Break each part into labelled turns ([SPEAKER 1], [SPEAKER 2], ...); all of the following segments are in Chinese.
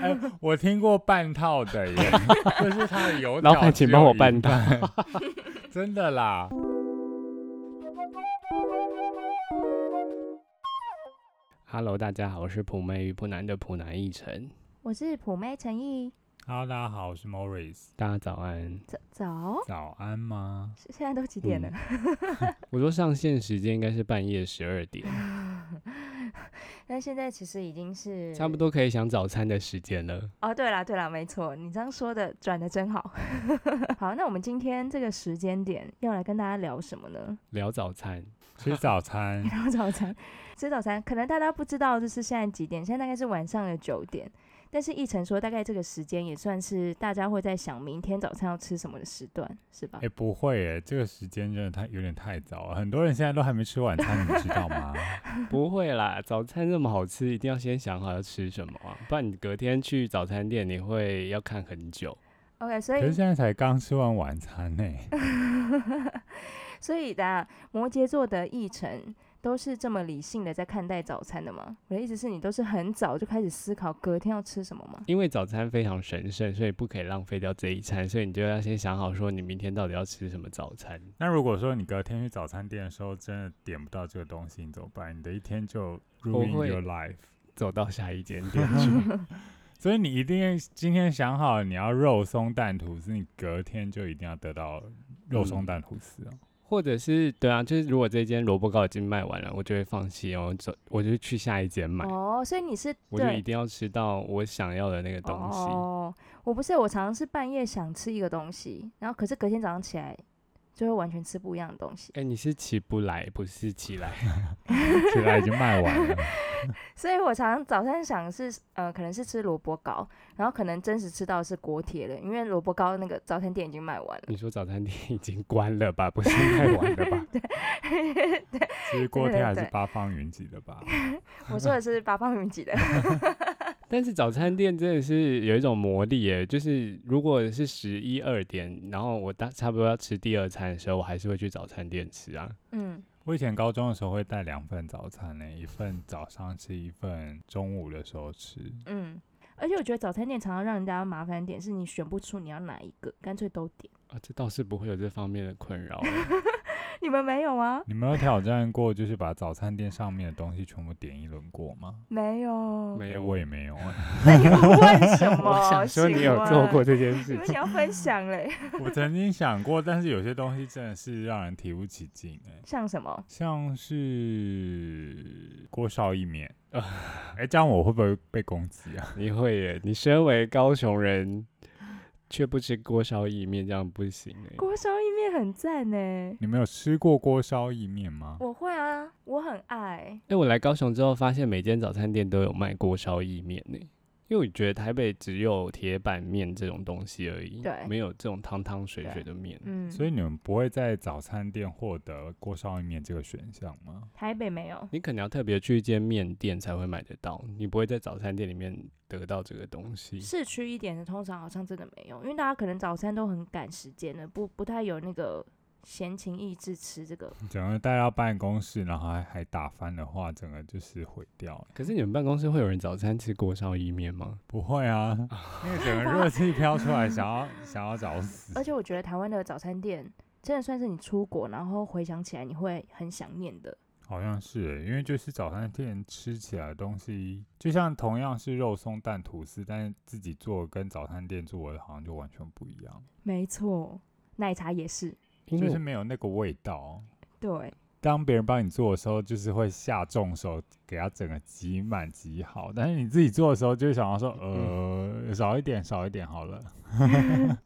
[SPEAKER 1] 哎，我听过半套的耶， 就是它的油
[SPEAKER 2] 老
[SPEAKER 1] 条
[SPEAKER 2] 板请
[SPEAKER 1] 只
[SPEAKER 2] 帮
[SPEAKER 1] 有
[SPEAKER 2] 我
[SPEAKER 1] 一
[SPEAKER 2] 办
[SPEAKER 1] 半，真的啦。
[SPEAKER 2] Hello，大家好，我是普妹与不男的普男一晨，
[SPEAKER 3] 我是普妹陈毅，
[SPEAKER 1] Hello，大家好，我是 Morris，
[SPEAKER 2] 大家早安。
[SPEAKER 3] 早早，
[SPEAKER 1] 早安吗？
[SPEAKER 3] 是现在都几点了？
[SPEAKER 2] 我说上线时间应该是半夜十二点，
[SPEAKER 3] 但现在其实已经是
[SPEAKER 2] 差不多可以想早餐的时间了。
[SPEAKER 3] 哦。对啦，对啦，没错，你这样说的转的真好。好，那我们今天这个时间点要来跟大家聊什么呢？
[SPEAKER 2] 聊早餐，
[SPEAKER 1] 吃早 餐
[SPEAKER 3] 聊 早餐，吃早餐。可能大家不知道这是现在几点，现在大概是晚上的九点。但是奕晨说，大概这个时间也算是大家会在想明天早餐要吃什么的时段，是吧
[SPEAKER 1] 哎、？不会哎，这个时间真的太有点太早了，很多人现在都还没吃晚餐，你们知道 吗？
[SPEAKER 2] 不会啦，早餐这么好吃，一定要先想好要吃什么啊，不然你隔天去早餐店你会要看很久。
[SPEAKER 3] OK，所
[SPEAKER 1] 可
[SPEAKER 3] 以
[SPEAKER 1] 是现在才刚吃完晚餐呢，
[SPEAKER 3] 所以的啊摩羯座的议程都是这么理性的在看待早餐的吗？我的意思是你都是很早就开始思考隔天要吃什么吗？
[SPEAKER 2] 因为早餐非常神圣，所以不可以浪费掉这一餐，所以你就要先想好说你明天到底要吃什么早餐。
[SPEAKER 1] 那如果说你隔天去早餐店的时候真的点不到这个东西，你怎么办？你的一天就 ruin
[SPEAKER 2] 会
[SPEAKER 1] your life。
[SPEAKER 2] 走到下一间店去，
[SPEAKER 1] 所以你一定要今天想好你要肉松蛋吐司，你隔天就一定要得到肉松蛋吐司哦。
[SPEAKER 2] 或者是对啊，就是如果这间萝卜糕已经卖完了，我就会放弃哦，走，我就去下一间买，
[SPEAKER 3] 哦，所以你是
[SPEAKER 2] 我就一
[SPEAKER 3] 对
[SPEAKER 2] 定要吃到我想要的那个东西。
[SPEAKER 3] 哦，我不是，我常常是半夜想吃一个东西，然后可是隔天早上起来就会完全吃不一样的东西，
[SPEAKER 2] 哎、你是起不来，不是起来，
[SPEAKER 3] 嗯
[SPEAKER 1] 起来已经卖完 了，
[SPEAKER 3] 所以我常常早餐想是呃可能是吃萝卜糕，然后可能真实吃到的是锅贴了，因为萝卜糕那个早餐店已经卖完了。
[SPEAKER 2] 你说早餐店已经关了吧？不是太晚了 吧？
[SPEAKER 1] 其实锅贴还是
[SPEAKER 3] 对对对
[SPEAKER 1] 八方云集的吧？
[SPEAKER 3] 我说的是八方云集的，
[SPEAKER 2] 但是早餐店真的是有一种魔力耶，就是如果是十一二点，然后我大差不多要吃第二餐的时候，我还是会去早餐店吃啊。
[SPEAKER 3] 嗯。
[SPEAKER 1] 我以前高中的时候会带两份早餐呢，一份早上吃，一份中午的时候吃。
[SPEAKER 3] 嗯，而且我觉得早餐店常常让人家麻烦的点是你选不出你要哪一个，干脆都点。
[SPEAKER 2] 啊，这倒是不会有这方面的困扰。
[SPEAKER 3] 你们没有吗？
[SPEAKER 1] 你们有挑战过就是把早餐店上面的东西全部点一轮过吗？
[SPEAKER 3] 没有，
[SPEAKER 2] 没
[SPEAKER 1] 哎
[SPEAKER 2] 有，
[SPEAKER 1] 我也没有哎、
[SPEAKER 3] 那你问什 么？
[SPEAKER 2] 我想说你有
[SPEAKER 3] 请
[SPEAKER 2] 做
[SPEAKER 3] 问
[SPEAKER 2] 过，这件事
[SPEAKER 3] 哦 因为你
[SPEAKER 2] 情。
[SPEAKER 3] 要分享嘞，
[SPEAKER 1] 我曾经想过，但是有些东西真的是让人提不起劲哎、
[SPEAKER 3] 像什么？
[SPEAKER 1] 像是锅烧意面，哎、这样我会不会被攻击啊？
[SPEAKER 2] 你会耶，你身为高雄人，却不吃锅烧意面，这样不行欸耶。
[SPEAKER 3] 锅烧意面很赞呢，
[SPEAKER 1] 你们有吃过锅烧意面吗？
[SPEAKER 3] 我会啊，我很爱。
[SPEAKER 2] 哎、我来高雄之后，发现每间早餐店都有卖锅烧意面呢。因为我觉得台北只有铁板面这种东西而已，
[SPEAKER 3] 对
[SPEAKER 2] 没有这种汤汤水水的面。
[SPEAKER 3] 嗯，
[SPEAKER 1] 所以你们不会在早餐店获得锅烧意面这个选项 吗？
[SPEAKER 3] 台北没有。
[SPEAKER 2] 你可能要特别去一间面店才会买得到，你不会在早餐店里面得到这个东西。
[SPEAKER 3] 市区一点的通常好像真的没有，因为大家可能早餐都很赶时间了，不不太有那个闲情逸致吃这个。
[SPEAKER 1] 整个带到办公室，然后还还打翻的话，整个就是毁掉了。
[SPEAKER 2] 可是你们办公室会有人早餐吃锅烧意面吗？
[SPEAKER 1] 不会啊，那个整个热气飘出来，想要想要找 死。
[SPEAKER 3] 而且我觉得台湾的早餐店真的算是你出国然后回想起来你会很想念的。
[SPEAKER 1] 好像是欸，因为就是早餐店吃起来的东西，就像同样是肉松蛋吐司，但是自己做跟早餐店做的好像就完全不一样，
[SPEAKER 3] 没错，奶茶也是。
[SPEAKER 2] 因
[SPEAKER 1] 就
[SPEAKER 2] 为
[SPEAKER 1] 是没有那个味道。
[SPEAKER 3] 对，
[SPEAKER 1] 当别人帮你做的时候，就是会下重手给它整个挤满挤好，但是你自己做的时候，就会想要说，
[SPEAKER 3] 嗯
[SPEAKER 1] 呃，少一点，少一点好 了。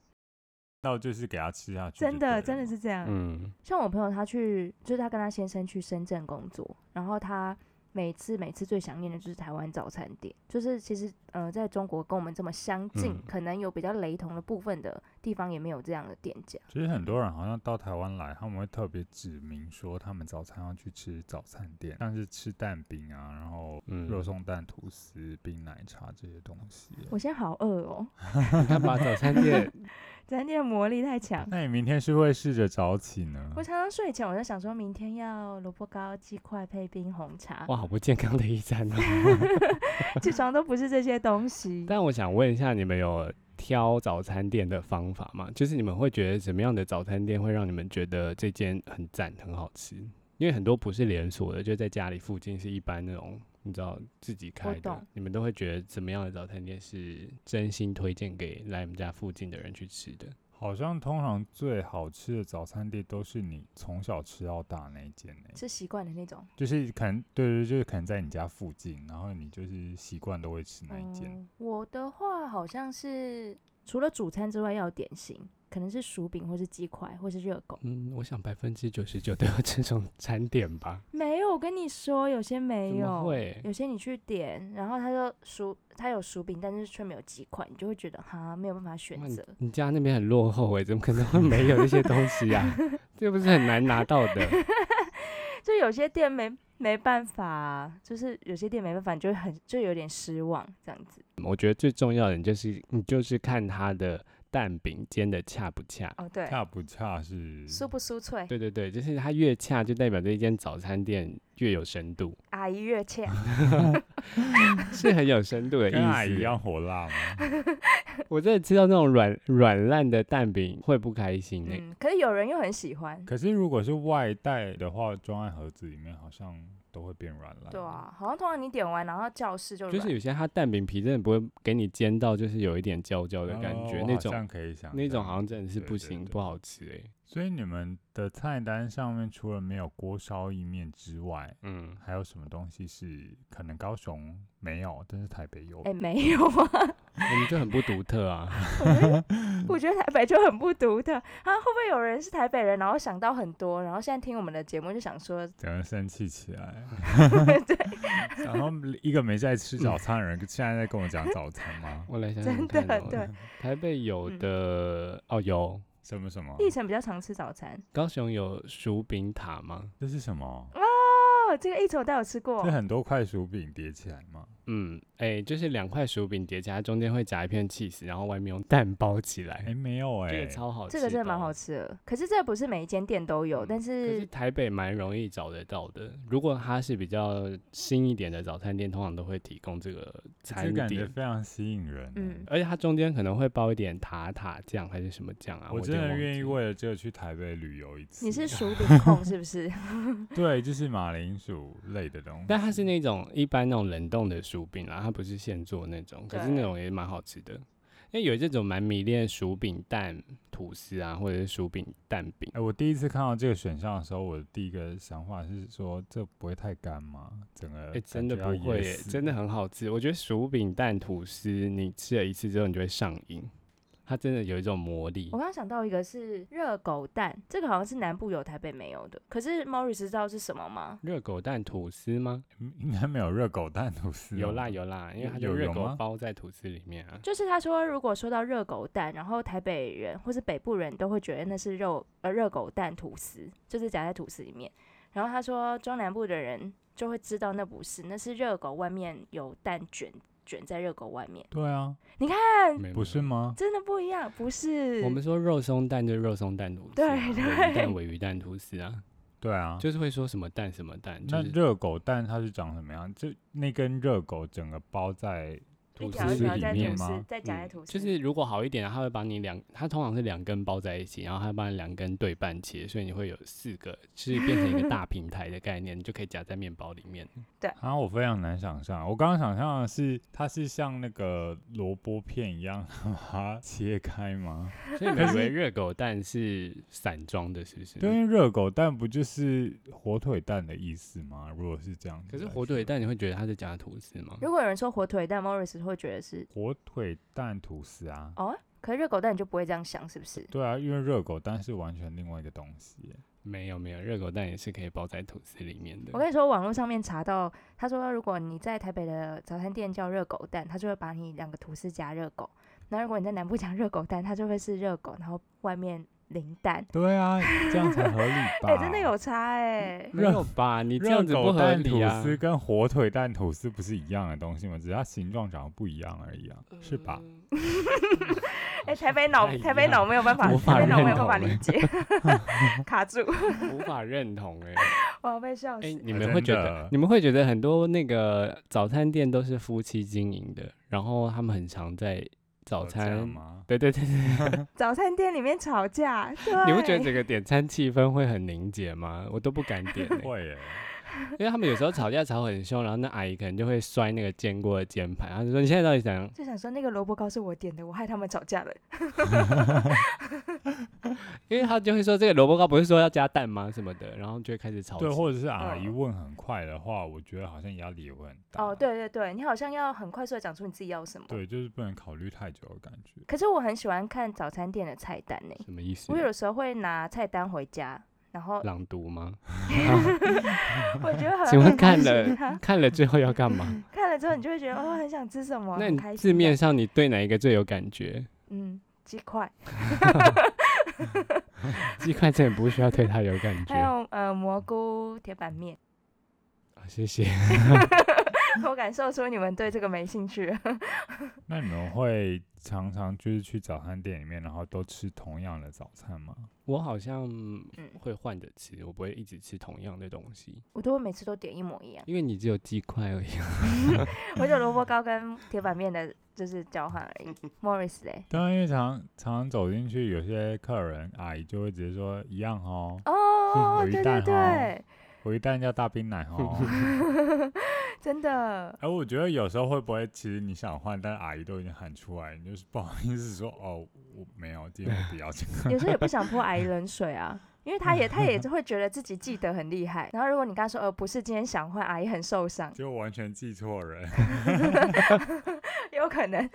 [SPEAKER 1] 到就是给它吃下去就
[SPEAKER 3] 真
[SPEAKER 1] 对了嘛，
[SPEAKER 3] 的真的是这样。
[SPEAKER 2] 嗯，
[SPEAKER 3] 像我朋友他去，就是他跟他先生去深圳工作，然后他每次每次最想念的就是台湾早餐店，就是其实呃在中国跟我们这么相近，
[SPEAKER 2] 嗯
[SPEAKER 3] 可能有比较雷同的部分的地方也没有这样的店家。
[SPEAKER 1] 其实很多人好像到台湾来，他们会特别指明说他们早餐要去吃早餐店，像是吃蛋饼啊，然后
[SPEAKER 2] 嗯
[SPEAKER 1] 肉松蛋吐司、冰奶茶这些东西。
[SPEAKER 3] 我现在好饿哦，
[SPEAKER 2] 你看吧，早餐店
[SPEAKER 3] 早餐店的魔力太强。
[SPEAKER 1] 那你明天是会试着早起呢？
[SPEAKER 3] 我常常睡前我就想说明天要萝卜糕、鸡块配冰红茶，
[SPEAKER 2] 哇，好不健康的一餐哦。
[SPEAKER 3] 起床都不是这些东西。
[SPEAKER 2] 但我想问一下，你们有挑早餐店的方法吗？就是你们会觉得什么样的早餐店会让你们觉得这间很赞、很好吃？因为很多不是连锁的，就在家里附近是一般那种你知道自己开的
[SPEAKER 3] 懂，
[SPEAKER 2] 你们都会觉得怎么样的早餐店是真心推荐给来我们家附近的人去吃的？
[SPEAKER 1] 好像通常最好吃的早餐店都是你从小吃到大那一间呢、
[SPEAKER 3] 吃习惯的那种，
[SPEAKER 1] 就是可能对对，对就是可能在你家附近，然后你就是习惯都会吃那一间。
[SPEAKER 3] 嗯我的话好像是除了主餐之外要有点心，可能是薯饼或是鸡块或是热狗。
[SPEAKER 2] 嗯，我想百分之九十九都有这种餐点吧？
[SPEAKER 3] 没有，我跟你说，有些
[SPEAKER 2] 怎
[SPEAKER 3] 没
[SPEAKER 2] 么
[SPEAKER 3] 有，
[SPEAKER 2] 会？
[SPEAKER 3] 有些你去点，然后他就薯，他有薯饼，但是却没有鸡块，你就会觉得哈没有办法选
[SPEAKER 2] 哇你
[SPEAKER 3] 择。
[SPEAKER 2] 你家那边很落后哎、怎么可能会没有这些东西呀、 啊？这不是很难拿到的。
[SPEAKER 3] 就有些店没没办法，就是有些店没办法，你就会很就有点失望这样子。
[SPEAKER 2] 我觉得最重要的你就是你就是看它的蛋饼煎的恰不恰。
[SPEAKER 3] 哦，对，
[SPEAKER 1] 恰不恰是？
[SPEAKER 3] 酥不酥脆，
[SPEAKER 2] 对对对，就是它越恰，就代表这一间早餐店越有 深度，
[SPEAKER 3] 阿姨越欠。
[SPEAKER 2] 是很有深度的意
[SPEAKER 1] 跟阿姨一
[SPEAKER 2] 思。
[SPEAKER 1] 样火辣吗？
[SPEAKER 2] 我真的吃到那种软软烂的蛋饼会不开心欸呢、
[SPEAKER 3] 嗯，可是有人又很喜欢，
[SPEAKER 1] 可是如果是外带的话，装在盒子里面好像都会变软烂。
[SPEAKER 3] 对，啊，好像通常你点完然后教室就
[SPEAKER 2] 就是
[SPEAKER 3] 软
[SPEAKER 2] 有些它蛋饼皮真的不会给你煎到，就是有一点焦焦的感觉，
[SPEAKER 1] 哦我
[SPEAKER 2] 那
[SPEAKER 1] 好
[SPEAKER 2] 种
[SPEAKER 1] 像可以想
[SPEAKER 2] 那种
[SPEAKER 1] 象
[SPEAKER 2] 好像真的是
[SPEAKER 1] 对
[SPEAKER 2] 不
[SPEAKER 1] 对
[SPEAKER 2] 行，
[SPEAKER 1] 对
[SPEAKER 2] 不好吃哎、
[SPEAKER 1] 所以你们的菜单上面除了没有锅烧意面之外，
[SPEAKER 2] 嗯，
[SPEAKER 1] 还有什么东西是可能高雄没有，但是台北有？
[SPEAKER 3] 哎、没有啊，
[SPEAKER 2] 我们就很不独特 啊。
[SPEAKER 3] 我觉得台北就很不独特啊！会不会有人是台北人，然后想到很多，然后现在听我们的节目就想
[SPEAKER 2] 嗯
[SPEAKER 3] 说，
[SPEAKER 1] 整个生气起来。
[SPEAKER 3] 对，
[SPEAKER 1] 然后一个没在吃早餐的人，现在在跟我讲早餐吗？
[SPEAKER 2] 我来想想
[SPEAKER 3] 真
[SPEAKER 2] 看、
[SPEAKER 3] 的
[SPEAKER 2] 哦，
[SPEAKER 3] 对，
[SPEAKER 2] 台北有
[SPEAKER 3] 嗯
[SPEAKER 2] 的、哦有，
[SPEAKER 1] 什么什么？
[SPEAKER 3] 历程比较常吃早餐
[SPEAKER 2] 高雄有薯饼塔吗？
[SPEAKER 1] 这是什么？
[SPEAKER 3] 哦，这个一直我都有吃过
[SPEAKER 1] 这，很多块薯饼叠起来吗？
[SPEAKER 2] 嗯，哎、就是两块薯饼叠起来，中间会夹一片 cheese，然后外面用蛋包起来，
[SPEAKER 1] 哎，没有
[SPEAKER 2] 这
[SPEAKER 1] 哎
[SPEAKER 2] 个，超好吃，
[SPEAKER 3] 这个真的蛮好
[SPEAKER 2] 吃。
[SPEAKER 3] 吃的。可是这不是每一间店都有，
[SPEAKER 2] 嗯
[SPEAKER 3] 但
[SPEAKER 2] 可是
[SPEAKER 3] 是
[SPEAKER 2] 台北蛮容易找得到的，如果它是比较新一点的早餐店，通常都会提供这个餐
[SPEAKER 1] 这感觉
[SPEAKER 2] 点，
[SPEAKER 1] 非常吸引人。
[SPEAKER 3] 嗯
[SPEAKER 1] 嗯，
[SPEAKER 2] 而且它中间可能会包一点塔塔酱还是什么酱啊，
[SPEAKER 1] 我
[SPEAKER 2] 我
[SPEAKER 1] 真的愿意
[SPEAKER 2] 问。
[SPEAKER 1] 为了这个去台北旅游一次。
[SPEAKER 3] 你是
[SPEAKER 2] 啊
[SPEAKER 3] 薯饼 控是不是？
[SPEAKER 1] 对，就是马铃薯类的东西。
[SPEAKER 2] 但它是那种一般那种冷冻的薯饼啦，它不是现做那种，可是那
[SPEAKER 3] 对
[SPEAKER 2] 种也蛮好吃的。因为有这种蛮迷恋薯饼蛋吐司啊，或者是薯饼蛋饼。
[SPEAKER 1] 哎、我第一次看到这个选项的时候，我的第一个想法是说，这不会太干吗？整个
[SPEAKER 2] 哎、
[SPEAKER 1] 感
[SPEAKER 2] 真的
[SPEAKER 1] 觉
[SPEAKER 2] 不
[SPEAKER 1] 要
[SPEAKER 2] 会
[SPEAKER 1] 噎
[SPEAKER 2] 耶、
[SPEAKER 1] 死
[SPEAKER 2] 真的很好吃。我觉得薯饼蛋吐司，你吃了一次之后，你就会上瘾，它真的有一种魔力
[SPEAKER 3] 我。刚刚想到一个是热狗蛋，这个好像是南部有，台北没有的。可是 Morris 知道是什么吗？
[SPEAKER 2] 热狗蛋吐司吗？
[SPEAKER 1] 嗯应该没有热狗蛋吐司、啊
[SPEAKER 2] 有啦，有啦，因为
[SPEAKER 1] 有
[SPEAKER 2] 它就
[SPEAKER 1] 有
[SPEAKER 2] 热
[SPEAKER 1] 有
[SPEAKER 2] 狗
[SPEAKER 1] 吗
[SPEAKER 2] 包在吐司里面啊。
[SPEAKER 3] 就是他说，如果说到热狗蛋，然后台北人或是北部人都会觉得那是肉呃热狗蛋吐司，就是夹在吐司里面。然后他说，中南部的人就会知道那不是，那是热狗外面有蛋卷卷在热狗外面，
[SPEAKER 1] 对啊，
[SPEAKER 2] 没
[SPEAKER 1] 不是？吗？
[SPEAKER 3] 真的不一样，不
[SPEAKER 2] 没
[SPEAKER 3] 是
[SPEAKER 2] 有我们说肉松蛋就是肉松蛋吐司
[SPEAKER 3] 对
[SPEAKER 2] 啊、鲔鱼蛋
[SPEAKER 3] 对
[SPEAKER 2] 尾鱼蛋吐 司啊，
[SPEAKER 1] 对啊，
[SPEAKER 2] 就是会说什么蛋什么蛋，就
[SPEAKER 1] 那
[SPEAKER 2] 是
[SPEAKER 1] 热狗蛋它是长什么样？就那根热狗整个包在
[SPEAKER 3] 一
[SPEAKER 2] 吐
[SPEAKER 3] 条一
[SPEAKER 2] 司
[SPEAKER 1] 是
[SPEAKER 3] 条
[SPEAKER 2] 里
[SPEAKER 3] 在
[SPEAKER 1] 面
[SPEAKER 3] 吐司
[SPEAKER 1] 吗，
[SPEAKER 3] 再夹在
[SPEAKER 2] 嗯
[SPEAKER 3] 吐司，
[SPEAKER 2] 就是如果好一点的，他会把你两，他通常是两根包在一起，然后他把你两根对半切，所以你会有四个，是变成一个大平台的概念，你就可以夹在面包里面。
[SPEAKER 1] 啊，我非常难想象。我刚刚想象的是，它是像那个萝卜片一样 把它切开吗？
[SPEAKER 2] 所以你
[SPEAKER 1] 可
[SPEAKER 2] 们以
[SPEAKER 1] 是
[SPEAKER 2] 为热狗蛋是散装的，是不是？
[SPEAKER 1] 对，因。为热狗蛋不就是火腿蛋的意思吗？如果是这样子来
[SPEAKER 2] 可
[SPEAKER 1] 说，
[SPEAKER 2] 是火腿蛋，你会觉得它是夹吐司吗？
[SPEAKER 3] 如果有人说火腿蛋，Morris 会觉得是
[SPEAKER 1] 火腿蛋吐司啊，
[SPEAKER 3] 哦，可是热狗蛋你就不会这样想，是不是？
[SPEAKER 1] 对啊，因为热狗蛋是完全另外一个东西耶。
[SPEAKER 2] 没有没有，热狗蛋也是可以包在吐司里面的
[SPEAKER 3] 我。跟你说，网络上面查到，他说如果你在台北的早餐店叫热狗蛋，他就会把你两个吐司夹热狗；那如果你在南部讲热狗蛋，它就会是热狗，然后外面零蛋。
[SPEAKER 1] 对啊，这样才合 理吧？
[SPEAKER 3] 哎、真的有差
[SPEAKER 2] 嗯
[SPEAKER 3] 哎、
[SPEAKER 2] 没
[SPEAKER 1] 热
[SPEAKER 2] 有吧？你这
[SPEAKER 1] 热
[SPEAKER 2] 样子不
[SPEAKER 1] 狗
[SPEAKER 2] 合
[SPEAKER 1] 蛋
[SPEAKER 2] 理
[SPEAKER 1] 吐
[SPEAKER 2] 啊！
[SPEAKER 1] 司跟火腿蛋吐司不是一样的东西吗？只是它形状长得不一样而已啊，是吧？
[SPEAKER 3] 嗯 哎、台北脑
[SPEAKER 2] 不太一
[SPEAKER 3] 台北
[SPEAKER 2] 样
[SPEAKER 3] 脑没有办法，
[SPEAKER 2] 无法
[SPEAKER 3] 台北脑没
[SPEAKER 2] 认
[SPEAKER 3] 有办法
[SPEAKER 2] 同欸
[SPEAKER 3] 理解， 卡住，
[SPEAKER 2] 无法认同 哎、
[SPEAKER 3] 我要被笑死。
[SPEAKER 2] 哎、你
[SPEAKER 1] 啊
[SPEAKER 2] 们会
[SPEAKER 1] 真
[SPEAKER 2] 觉得
[SPEAKER 1] 的，
[SPEAKER 2] 你们会觉得很多那个早餐店都是夫妻经营的，然后他们很常在呃早
[SPEAKER 1] 有这样
[SPEAKER 2] 餐，
[SPEAKER 1] 吗？
[SPEAKER 2] 对对对对，
[SPEAKER 3] 早餐店里面吵架，对，
[SPEAKER 2] 你会觉得整个点餐气氛会很凝结吗？我都不敢 点、欸，
[SPEAKER 1] 会耶，
[SPEAKER 2] 因为他们有时候吵架吵很凶，然后那阿姨可能就会摔那个煎锅的煎盘，然后就说你现在到底怎样？
[SPEAKER 3] 就想说那个萝卜糕是我点的，我害他们吵架了。
[SPEAKER 2] 因为他就会说这个萝卜糕不是说要加蛋吗什么的，然后就会开始吵起
[SPEAKER 1] 对，
[SPEAKER 2] 来。
[SPEAKER 1] 或者是阿姨
[SPEAKER 3] 嗯
[SPEAKER 1] 问很快的话，我觉得好像压力也会很大。
[SPEAKER 2] 啊
[SPEAKER 3] 哦，，对对对，你好像要很快速的讲出你自己要什么。
[SPEAKER 1] 对，就是不能考虑太久的感觉。
[SPEAKER 3] 可是我很喜欢看早餐店的菜单欸呢、
[SPEAKER 2] 什么意思
[SPEAKER 3] 我？有时候会拿菜单回家，然后
[SPEAKER 2] 朗读吗？
[SPEAKER 3] 我 觉得很
[SPEAKER 2] 请问
[SPEAKER 3] 很开
[SPEAKER 2] 看
[SPEAKER 3] 心
[SPEAKER 2] 了
[SPEAKER 3] 啊
[SPEAKER 2] 看了之后要干嘛？
[SPEAKER 3] 看了之后，你就会觉得哦，很想吃什么，
[SPEAKER 2] 那
[SPEAKER 3] 很
[SPEAKER 2] 你
[SPEAKER 3] 开心
[SPEAKER 2] 字
[SPEAKER 3] 这
[SPEAKER 2] 面
[SPEAKER 3] 样
[SPEAKER 2] 上你对哪一个最有感觉？
[SPEAKER 3] 嗯，鸡块，
[SPEAKER 2] 鸡块真的不需要对它有感觉
[SPEAKER 3] 还。有呃蘑菇铁板面。
[SPEAKER 2] 啊谢谢。
[SPEAKER 3] 我感受出你们对这个没兴趣了。
[SPEAKER 1] 那你们会常常就是去早餐店里面，然后都吃同样的早餐吗？
[SPEAKER 2] 我好像
[SPEAKER 3] 嗯，
[SPEAKER 2] 会换着吃，我不会一直吃同样的东西，
[SPEAKER 3] 我都会每次都点一模一样，
[SPEAKER 2] 因为你只有鸡块而已。
[SPEAKER 3] 我就萝卜糕跟铁板面的就是交换而已。Morris 嘞，
[SPEAKER 1] 当啊然，因为常常常走进去，有些客人阿姨就会直接说一样哦，
[SPEAKER 3] 哦，
[SPEAKER 1] 有一
[SPEAKER 3] 对对
[SPEAKER 1] 蛋
[SPEAKER 3] 对，
[SPEAKER 1] 我一蛋要大冰奶哦。
[SPEAKER 3] 真 的，
[SPEAKER 1] 哎、我觉得有时候会不会，其实你想换，但阿姨都已经喊出来，你就是不好意思说哦，我没有，今天我不要这个。
[SPEAKER 3] 有时候也不想泼阿姨冷水啊。因为他也 他也会觉得自己记得很厉害，然后如果你跟他说呃不是今天想换，阿姨很受伤，
[SPEAKER 1] 就完全记错人，
[SPEAKER 3] 有可能。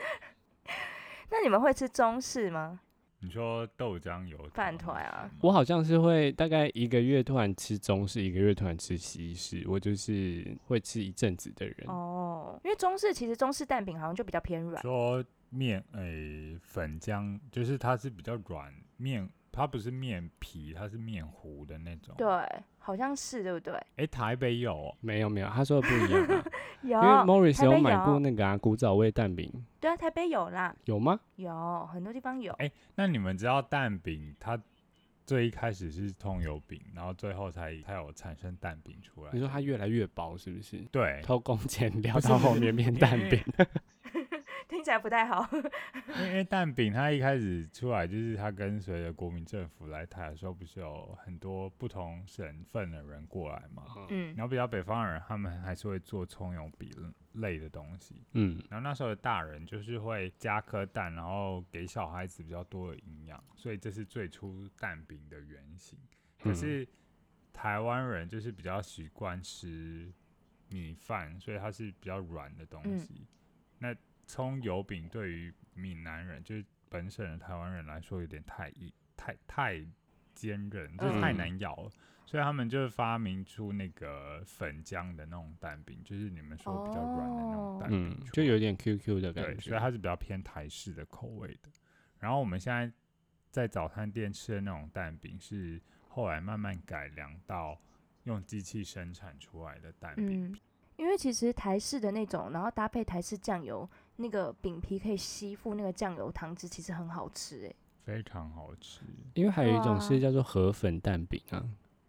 [SPEAKER 3] 那你们会吃中式吗？
[SPEAKER 1] 你说豆浆油条
[SPEAKER 3] 饭团啊
[SPEAKER 1] 那些吗
[SPEAKER 2] 我好像是会大概一个月突然吃中式，一个月突然吃西式，我就是会吃一阵子的人。
[SPEAKER 3] 哦，因为中式其实中式蛋饼好像就比较偏软，
[SPEAKER 1] 说面诶、粉浆，就是它是比较软面，它不是面皮，它是面糊的那种。
[SPEAKER 3] 对，好像是对不对？
[SPEAKER 1] 哎、台北有哦
[SPEAKER 2] 没有没有，他说的不一样、啊，
[SPEAKER 3] 有
[SPEAKER 2] 因为，Morris
[SPEAKER 3] 台北
[SPEAKER 2] 有买过
[SPEAKER 3] 哦有
[SPEAKER 2] 那个啊古早味蛋饼，
[SPEAKER 3] 对啊，台北有啦，
[SPEAKER 2] 有吗？
[SPEAKER 3] 有很多地方有。
[SPEAKER 1] 哎、那你们知道蛋饼它最一开始是葱油饼，然后最后才才有产生蛋饼出来
[SPEAKER 2] 你。说它越来越薄是不是？
[SPEAKER 1] 对，
[SPEAKER 2] 偷工减料
[SPEAKER 1] 不是
[SPEAKER 2] 到
[SPEAKER 1] 不
[SPEAKER 2] 后
[SPEAKER 1] 是
[SPEAKER 2] 面变蛋饼，
[SPEAKER 3] 听起来不太好。
[SPEAKER 1] 因为因为蛋饼它一开始出来，就是它跟随着国民政府来台的时候，不是有很多不同省份的人过来嘛？
[SPEAKER 3] 嗯
[SPEAKER 1] 然，后比较北方人，他们还是会做葱油饼类的东西。
[SPEAKER 2] 嗯，
[SPEAKER 1] 然后那时候的大人就是会加颗蛋，然后给小孩子比较多的营养，所以这是最初蛋饼的原型。可
[SPEAKER 2] 嗯
[SPEAKER 1] 是台湾人就是比较习惯吃米饭，所以它是比较软的东
[SPEAKER 3] 嗯
[SPEAKER 1] 西。那葱油饼对于闽南人，就是本省的台湾人来说，有点太硬、太太坚韧，就是太
[SPEAKER 2] 嗯
[SPEAKER 1] 难咬了。所以他们就发明出那个粉浆的那种蛋饼，就是你们说比较软的那种
[SPEAKER 3] 哦
[SPEAKER 1] 蛋饼出
[SPEAKER 2] 嗯
[SPEAKER 1] 来、，
[SPEAKER 2] 就有点 QQ 的
[SPEAKER 1] 对，
[SPEAKER 2] 感
[SPEAKER 1] 所以
[SPEAKER 2] 觉。
[SPEAKER 1] 它是比较偏台式的口味的。然后我们现在在早餐店吃的那种蛋饼，是后来慢慢改良到用机器生产出来的蛋饼。
[SPEAKER 3] 嗯，因为其实台式的那种，然后搭配台式酱油，那个饼皮可以吸附那个酱油汤汁，其实很好吃哎。
[SPEAKER 1] 非常好吃，
[SPEAKER 2] 因为还有一种是
[SPEAKER 3] 哇
[SPEAKER 2] 叫做河粉蛋饼啊，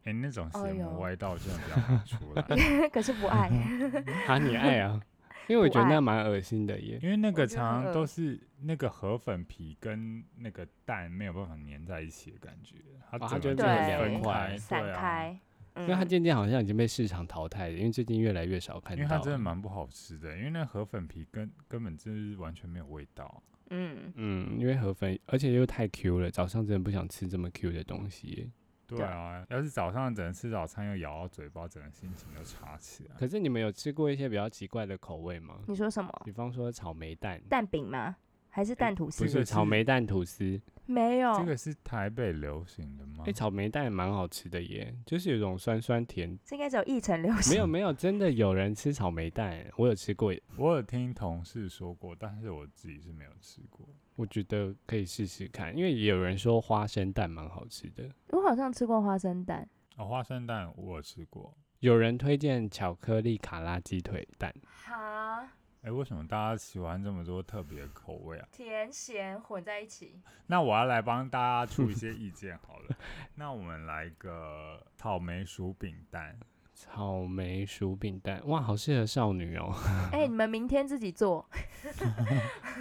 [SPEAKER 1] 哎、那种
[SPEAKER 3] 哎
[SPEAKER 1] 邪魔
[SPEAKER 3] 呦
[SPEAKER 1] 歪道真的比较难出来，
[SPEAKER 3] 欸可是不 爱，
[SPEAKER 1] 嗯
[SPEAKER 2] 啊你爱 啊，因为我
[SPEAKER 3] 不
[SPEAKER 2] 觉得
[SPEAKER 3] 爱
[SPEAKER 2] 那蛮恶心的耶。
[SPEAKER 1] 因为那
[SPEAKER 3] 我
[SPEAKER 1] 个
[SPEAKER 3] 觉得很
[SPEAKER 1] 常常都
[SPEAKER 3] 恶
[SPEAKER 1] 是那个河粉皮跟那个蛋没有办法粘在一起的感觉，它
[SPEAKER 2] 哦它
[SPEAKER 1] 整个
[SPEAKER 2] 就会
[SPEAKER 1] 就
[SPEAKER 3] 变
[SPEAKER 1] 是
[SPEAKER 3] 得
[SPEAKER 1] 分
[SPEAKER 3] 两
[SPEAKER 2] 块
[SPEAKER 1] 开，
[SPEAKER 3] 散
[SPEAKER 1] 对啊，
[SPEAKER 3] 开。
[SPEAKER 2] 哎因为它
[SPEAKER 3] 嗯
[SPEAKER 2] 渐渐好像已经被市场淘汰了，因为最近越来越少看
[SPEAKER 1] 因
[SPEAKER 2] 到了。
[SPEAKER 1] 为它真的蛮不好吃的，因为那河粉皮根根本就是完全没有味道。
[SPEAKER 3] 嗯，
[SPEAKER 2] 嗯，因为河粉，而且又太 Q 了，早上真的不想吃这么 Q 的东西耶。
[SPEAKER 1] 对
[SPEAKER 3] 对
[SPEAKER 1] 啊，要是早上只能吃早餐又咬到嘴巴，整个心情都差起来。
[SPEAKER 2] 可是你们有吃过一些比较奇怪的口味吗？
[SPEAKER 3] 你说什么？
[SPEAKER 2] 比方说草莓蛋，
[SPEAKER 3] 蛋饼吗？还是蛋吐司
[SPEAKER 2] 哎不？是
[SPEAKER 1] 个
[SPEAKER 2] 草
[SPEAKER 1] 是
[SPEAKER 2] 莓蛋吐司，
[SPEAKER 3] 没有，
[SPEAKER 1] 这个是台北流行的吗
[SPEAKER 2] 哎、？草莓蛋也蛮好吃的耶，就是有一种酸酸 甜。
[SPEAKER 3] 这应该只有一城流
[SPEAKER 2] 没
[SPEAKER 3] 行。
[SPEAKER 2] 有没有，真的有人吃草莓蛋，我有吃过，
[SPEAKER 1] 我有听同事说过，但是我自己是没有吃过。
[SPEAKER 2] 我觉得可以试试看，因为也有人说花生蛋蛮好吃的。
[SPEAKER 3] 我好像吃过花生蛋，
[SPEAKER 1] 哦，花生蛋我有吃过。
[SPEAKER 2] 有人推荐巧克力卡拉鸡腿蛋，
[SPEAKER 3] 哈，
[SPEAKER 1] 哎，为什么大家喜欢这么多特别口味啊？
[SPEAKER 3] 甜咸混在一起。
[SPEAKER 1] 那我要来帮大家出一些意见好了。那我们来个草莓薯饼蛋，
[SPEAKER 2] 草莓薯饼蛋，哇，好适合少女哦。
[SPEAKER 3] 哎、你们明天自己做，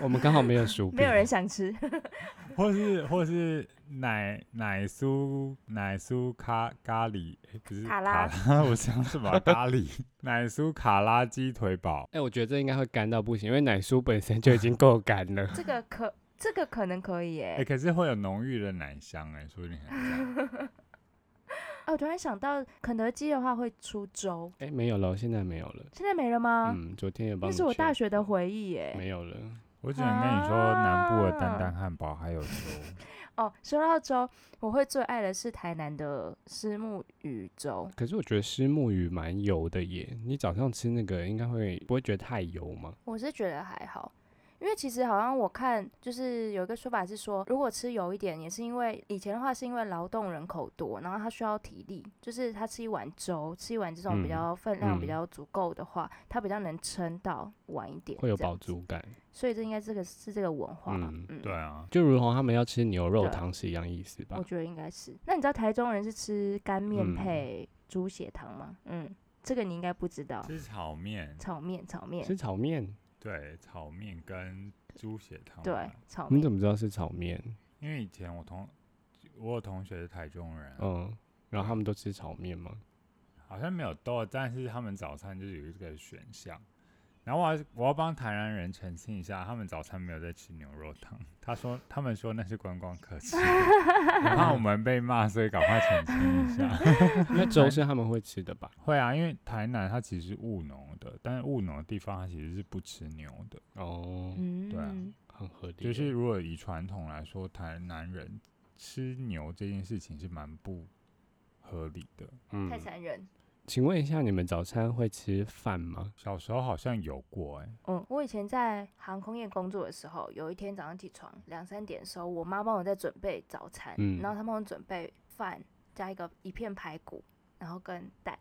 [SPEAKER 2] 我们刚好没有薯饼，
[SPEAKER 3] 没有人想吃。
[SPEAKER 1] 或是或是奶奶酥奶酥咖咖喱，哎，不是
[SPEAKER 3] 卡拉
[SPEAKER 1] 卡拉 我想什 么啊咖喱奶酥卡拉鸡腿堡。
[SPEAKER 2] 哎、我觉得这应该会干到不行，因为奶酥本身就已经够干了。
[SPEAKER 3] 这个可，这个可能可以耶、
[SPEAKER 1] 哎、可是会有浓郁的奶香哎、说不定很赞。
[SPEAKER 3] 哦，我突然想到，肯德基的话会出粥，
[SPEAKER 2] 哎、没有了，现在没有了。
[SPEAKER 3] 现在没了吗？
[SPEAKER 2] 嗯，昨天也帮
[SPEAKER 3] 啊那
[SPEAKER 2] 你
[SPEAKER 3] 是我大
[SPEAKER 2] check
[SPEAKER 3] 学的回忆耶、
[SPEAKER 2] 没有了。
[SPEAKER 1] 我只能跟你说，南部的
[SPEAKER 3] 啊
[SPEAKER 1] 丹丹汉堡还有粥，
[SPEAKER 3] 哦，说到粥，我会最爱的是台南的虱目鱼粥。
[SPEAKER 2] 可是我觉得虱目鱼蛮油的耶，你早上吃那个应该会不会觉得太油吗？
[SPEAKER 3] 我是觉得还好，因为其实好像我看就是有一个说法是说，如果吃油一点，也是因为以前的话是因为劳动人口多，然后他需要体力，就是他吃一碗粥，吃一碗这种比
[SPEAKER 2] 嗯
[SPEAKER 3] 较分量
[SPEAKER 2] 嗯
[SPEAKER 3] 比较足够的话，他比较能撑到晚一点，
[SPEAKER 2] 会有
[SPEAKER 3] 这样
[SPEAKER 2] 饱
[SPEAKER 3] 子。
[SPEAKER 2] 足感，
[SPEAKER 3] 所以这应该这个是这个文化吧，
[SPEAKER 2] 嗯
[SPEAKER 3] 嗯，
[SPEAKER 1] 对，啊，
[SPEAKER 2] 就如同他们要吃牛肉
[SPEAKER 3] 对啊
[SPEAKER 2] 汤是一样意思吧
[SPEAKER 3] 我？觉得应该是。那你知道台中人是吃干面
[SPEAKER 2] 嗯
[SPEAKER 3] 配猪血汤吗？嗯，这个你应该不知道。
[SPEAKER 1] 吃炒面，
[SPEAKER 3] 炒面，炒面，
[SPEAKER 2] 吃炒面，
[SPEAKER 1] 对，炒面跟猪血汤。
[SPEAKER 3] 对，炒
[SPEAKER 2] 你
[SPEAKER 3] 面。
[SPEAKER 2] 怎么知道是炒面？
[SPEAKER 1] 因为以前我同我有同学是台中人，啊
[SPEAKER 2] 嗯，然后他们都吃炒面 吗？
[SPEAKER 1] 好像没有豆，但是他们早餐就是有这个选项。然后我要我要帮台南人澄清一下，他们早餐没有在吃牛肉汤，他说他们说那是观光客吃 的，然后我们被骂，所以赶快澄清一下。
[SPEAKER 2] 那粥是他们会吃的吧？
[SPEAKER 1] 会啊，因为台南它其实是务农的，但是务农的地方它其实是不吃牛的，
[SPEAKER 2] 哦，
[SPEAKER 3] 嗯，
[SPEAKER 1] 对啊
[SPEAKER 2] 很合理
[SPEAKER 1] 就
[SPEAKER 2] 耶。
[SPEAKER 1] 是如果以传统来说，台南人吃牛这件事情是蛮不合理的。
[SPEAKER 2] 嗯
[SPEAKER 3] 太，残忍。
[SPEAKER 2] 请问一下，你们早餐会吃饭吗？
[SPEAKER 1] 小时候好像有过哎、
[SPEAKER 3] 嗯，我以前在航空业工作的时候，有一天早上起床两三点的时候，我妈帮我在准备早餐，
[SPEAKER 2] 嗯
[SPEAKER 3] 然后她帮我准备饭加一个一片排骨，然后跟蛋。
[SPEAKER 2] 哦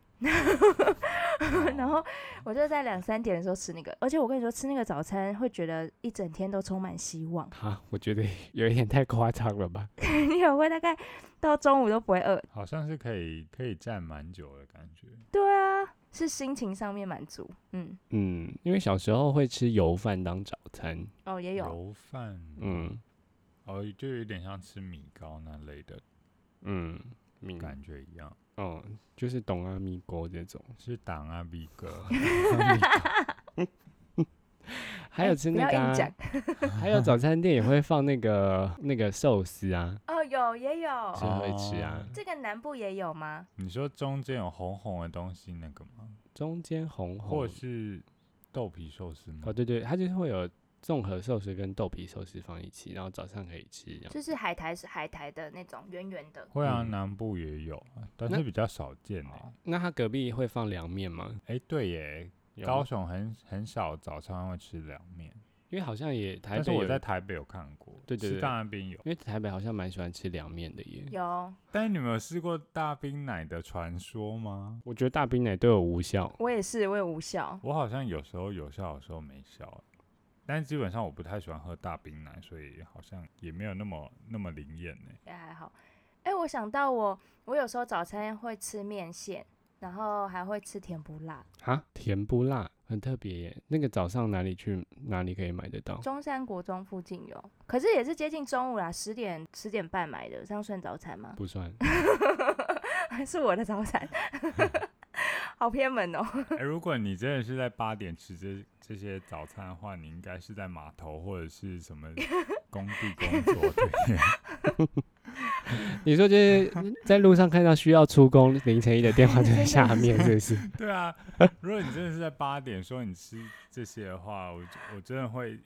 [SPEAKER 3] 然后我就在两三点的时候吃那个，而且我跟你说，吃那个早餐会觉得一整天都充满希望，
[SPEAKER 2] 哈，我觉得有一点太夸张了吧？
[SPEAKER 3] 你很会大概到中午都不会饿。
[SPEAKER 1] 好像是可以可以站蛮久的感觉。
[SPEAKER 3] 对啊，是心情上面满足。嗯，
[SPEAKER 2] 嗯，因为小时候会吃油饭当早餐，
[SPEAKER 3] 哦，也有，
[SPEAKER 1] 油饭，
[SPEAKER 2] 嗯
[SPEAKER 1] 哦，就有点像吃米糕那类的
[SPEAKER 2] 嗯，敏感，
[SPEAKER 1] 感觉一样，
[SPEAKER 2] 哦，就是懂阿咪锅这种，
[SPEAKER 1] 是党啊比 哥，
[SPEAKER 2] 还有吃
[SPEAKER 3] 哎不
[SPEAKER 2] 那
[SPEAKER 3] 要
[SPEAKER 2] 个、
[SPEAKER 3] 硬
[SPEAKER 2] 啊
[SPEAKER 3] 讲，。
[SPEAKER 2] 还有早餐店也会放那个那个寿司啊，
[SPEAKER 3] 哦，有也有，
[SPEAKER 2] 是会吃啊，
[SPEAKER 3] 这个南部也有吗？
[SPEAKER 1] 你说中间有红红的东西那个吗？
[SPEAKER 2] 中间红
[SPEAKER 1] 或
[SPEAKER 2] 红，
[SPEAKER 1] 是豆皮寿司吗
[SPEAKER 2] 哦？对对，它就是会有综合寿司跟豆皮寿司放一起，然后早上可以吃这样。
[SPEAKER 3] 就是海苔是海苔的那种圆圆的，
[SPEAKER 1] 会啊，
[SPEAKER 2] 嗯
[SPEAKER 1] 南部也有啊，但
[SPEAKER 2] 那
[SPEAKER 1] 是比较少见哎、
[SPEAKER 2] 那它隔壁会放凉面吗？
[SPEAKER 1] 哎、对耶，
[SPEAKER 2] 有
[SPEAKER 1] 高，雄很很少早上会吃凉面，
[SPEAKER 2] 因为好像也台
[SPEAKER 1] 但是
[SPEAKER 2] 北有，
[SPEAKER 1] 我在
[SPEAKER 2] 因
[SPEAKER 1] 台北有看过，
[SPEAKER 2] 对对
[SPEAKER 1] 是
[SPEAKER 2] 对
[SPEAKER 1] 大那边有。
[SPEAKER 2] 为台北好像蛮喜欢吃凉面的耶。
[SPEAKER 3] 有
[SPEAKER 1] 但是你们有试过大冰奶的传说吗？
[SPEAKER 2] 我觉得大冰奶对我无效，
[SPEAKER 3] 我也是，我也无效。
[SPEAKER 1] 我好像有时候有效，有时候没效，但基本上我不太喜欢喝大冰奶，所以好像也没有那么那么灵验呢。
[SPEAKER 3] 也还好。哎、我想到我，我有时候早餐会吃面线，然后还会吃甜不辣。
[SPEAKER 2] 哈，甜不辣，很特别耶。那个早上哪里去哪里可以买得到？
[SPEAKER 3] 中山国中附近有，可是也是接近中午啦，十点十点半买的，这样算早餐吗？
[SPEAKER 2] 不算，
[SPEAKER 3] 还是我的早 餐？好偏门哦、
[SPEAKER 1] 哎、如果你真的是在八点吃这这些早餐的话，你应该是在码头或者是什么工地工作 的。
[SPEAKER 2] 你说就是在路上看到需要出工凌晨一的电话就在下面，是不 是？
[SPEAKER 1] 对啊，如果你真的是在八点说你吃这些的话，我就我真的会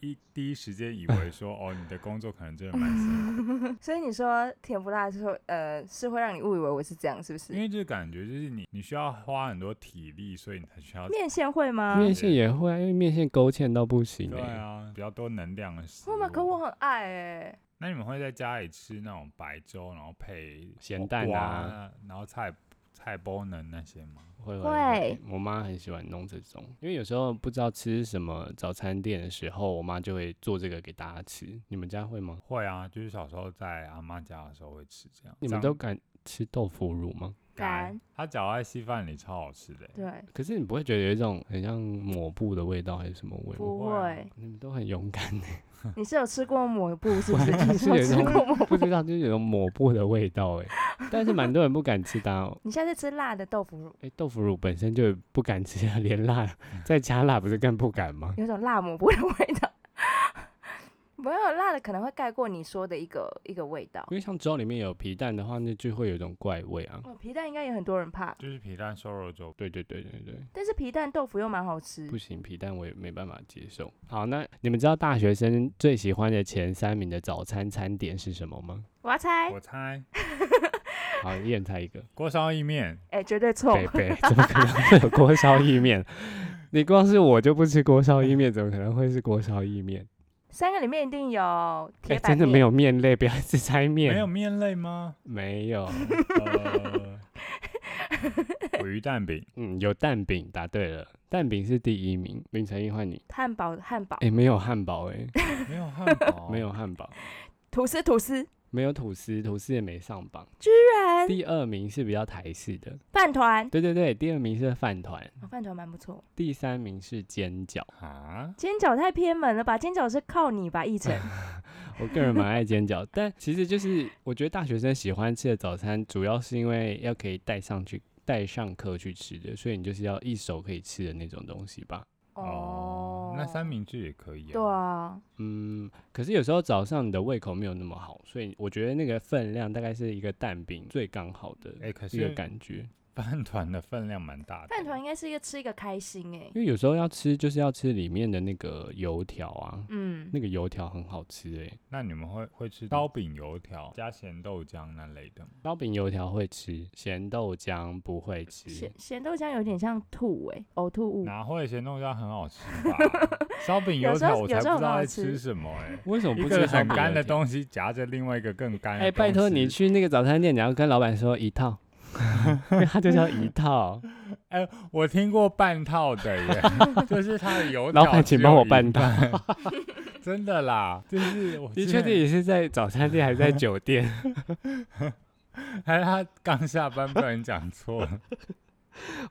[SPEAKER 1] 一第一时间以为说，哦，你的工作可能真的蛮辛苦，
[SPEAKER 4] 所以你说甜不辣是会呃是会让你误以为我是这样，是不
[SPEAKER 1] 因
[SPEAKER 3] 嗯
[SPEAKER 4] 是？
[SPEAKER 1] 为就是感觉就是你你需要花很多体力，所以你才需要
[SPEAKER 4] 面线会吗？
[SPEAKER 2] 面线也会啊，因为面线勾芡到不行
[SPEAKER 1] 对
[SPEAKER 2] 哎、
[SPEAKER 1] 啊比较多能量的食
[SPEAKER 4] 会吗？可
[SPEAKER 1] 物
[SPEAKER 4] 我很爱哎、
[SPEAKER 3] 欸
[SPEAKER 1] 那你们会在家里吃那种白粥，然后配
[SPEAKER 2] 咸
[SPEAKER 1] 火
[SPEAKER 2] 蛋
[SPEAKER 1] 锅
[SPEAKER 2] 啊，
[SPEAKER 1] 然后菜菜包能那些吗？
[SPEAKER 2] 会
[SPEAKER 4] 会，
[SPEAKER 2] 我妈很喜欢弄这种，因为有时候不知道吃什么早餐店的时候，我妈就会做这个给大家吃。你们家会吗？
[SPEAKER 1] 会啊，就是小时候在阿妈家的时候会吃这样。
[SPEAKER 2] 你们都敢吃豆腐乳吗？
[SPEAKER 1] 干，它搅在稀饭里超好吃的欸。
[SPEAKER 4] 对，
[SPEAKER 2] 可是你不会觉得有一种很像抹布的味道还是什么味吗？
[SPEAKER 1] 不
[SPEAKER 3] 不
[SPEAKER 1] 会啊
[SPEAKER 3] 会，
[SPEAKER 2] 你们都很勇敢欸，
[SPEAKER 4] 你是有吃过抹布是不是？
[SPEAKER 2] 我还
[SPEAKER 4] 你
[SPEAKER 2] 是
[SPEAKER 4] 有
[SPEAKER 2] 有
[SPEAKER 4] 吃
[SPEAKER 2] 那
[SPEAKER 4] 过抹布？
[SPEAKER 2] 不知道就是有种抹布的味道哎，但是蛮多人不敢吃的啊、
[SPEAKER 4] 你下次吃辣的豆腐乳，
[SPEAKER 2] 哎、豆腐乳本身就不敢吃啊，连辣再加辣不是更不敢
[SPEAKER 3] 嗯
[SPEAKER 2] 吗？
[SPEAKER 4] 有种辣抹布的味道。 没有辣的可能会盖过你说的一个一个味道。
[SPEAKER 2] 因为像粥里面有皮蛋的话，那就会有一种怪味啊。
[SPEAKER 3] 嗯
[SPEAKER 4] 哦，皮蛋应该也很多人怕，
[SPEAKER 1] 就是皮蛋瘦肉粥，
[SPEAKER 2] 对对对对
[SPEAKER 3] 嗯
[SPEAKER 2] 对，
[SPEAKER 4] 但是皮蛋豆腐又蛮好吃
[SPEAKER 2] 不。行，皮蛋我也没办法接受。好，那你们知道大学生最喜欢的前三名的早餐餐点是什么吗？
[SPEAKER 3] 我要猜
[SPEAKER 1] 我猜
[SPEAKER 2] 好，一人猜一个。
[SPEAKER 1] 锅烧意面，
[SPEAKER 4] 哎、绝对错。
[SPEAKER 2] 北北怎么可能会有锅烧意面？你光是我就不吃锅烧意面，怎么可能会是锅烧意面？
[SPEAKER 4] 三个里面一定有
[SPEAKER 2] 哎、
[SPEAKER 4] 铁板、
[SPEAKER 2] 真的没，有面类，不要只猜面。
[SPEAKER 1] 没有面类吗？
[SPEAKER 2] 没 有，
[SPEAKER 1] 呃，鲑鱼蛋饼，
[SPEAKER 2] 嗯，有蛋饼，答对了，蛋饼是第一名。凌晨一换你，
[SPEAKER 4] 汉堡汉堡
[SPEAKER 2] 哎、，没有汉堡、哎，
[SPEAKER 1] 没有汉堡，
[SPEAKER 2] 没有汉堡，
[SPEAKER 4] 吐司吐司，
[SPEAKER 2] 没有吐司，吐司也没上榜。
[SPEAKER 4] 居然
[SPEAKER 2] 第二名是比较台式的，
[SPEAKER 4] 饭团，
[SPEAKER 2] 对对对，第二名是饭团，
[SPEAKER 4] 哦饭团蛮不错。
[SPEAKER 2] 第三名是煎饺。
[SPEAKER 1] 啊。
[SPEAKER 4] 煎饺太偏门了吧？煎饺是靠你吧， 奕晨。
[SPEAKER 2] 我个人蛮爱煎饺，但其实就是我觉得大学生喜欢吃的早餐，主要是因为要可以带上去带上课去吃的，所以你就是要一手可以吃的那种东西吧。
[SPEAKER 1] 哦，那三明治也可以啊。
[SPEAKER 4] 对啊，
[SPEAKER 2] 嗯，可是有时候早上你的胃口没有那么好，所以我觉得那个分量大概是一个蛋饼最刚好的
[SPEAKER 1] 哎、可
[SPEAKER 2] 一个
[SPEAKER 1] 是
[SPEAKER 2] 感觉，
[SPEAKER 1] 饭团的分量蛮大的。
[SPEAKER 3] 饭团应该是一个吃一个开心
[SPEAKER 4] 欸
[SPEAKER 3] 哎、
[SPEAKER 2] 因为有时候要吃就是要吃里面的那个油条啊，
[SPEAKER 3] 嗯，
[SPEAKER 2] 那个油条很好吃欸诶、
[SPEAKER 1] 那你们会会吃刀饼油条加咸豆浆那类的吗？
[SPEAKER 2] 烧饼油条会吃，咸豆浆不会吃
[SPEAKER 3] 咸。咸豆浆有点像吐
[SPEAKER 4] 欸
[SPEAKER 3] 哎、呕吐物，
[SPEAKER 1] 哪会咸豆浆很好吃 吧？烧饼油条我才不知道在吃什么哎、
[SPEAKER 2] 为什么
[SPEAKER 1] 一
[SPEAKER 2] 不
[SPEAKER 1] 个
[SPEAKER 2] 吃烧
[SPEAKER 1] 很
[SPEAKER 2] 饼
[SPEAKER 1] 干
[SPEAKER 2] 油
[SPEAKER 1] 的
[SPEAKER 2] 条
[SPEAKER 1] 东西夹着另外一个更干的
[SPEAKER 2] 哎、拜托你
[SPEAKER 1] 东西
[SPEAKER 2] 去那个早餐店，你要跟老板说一套， 因为他就叫一套。
[SPEAKER 1] 我听过半套的 耶，就是它的油条。
[SPEAKER 2] 老板，请帮我办
[SPEAKER 1] 到。
[SPEAKER 2] 到。
[SPEAKER 1] 真的啦，就是我
[SPEAKER 2] 的
[SPEAKER 1] 之
[SPEAKER 2] 确，
[SPEAKER 1] 前
[SPEAKER 2] 自己是在早餐店还是在酒店？
[SPEAKER 1] 还是他刚下班，不然讲错了。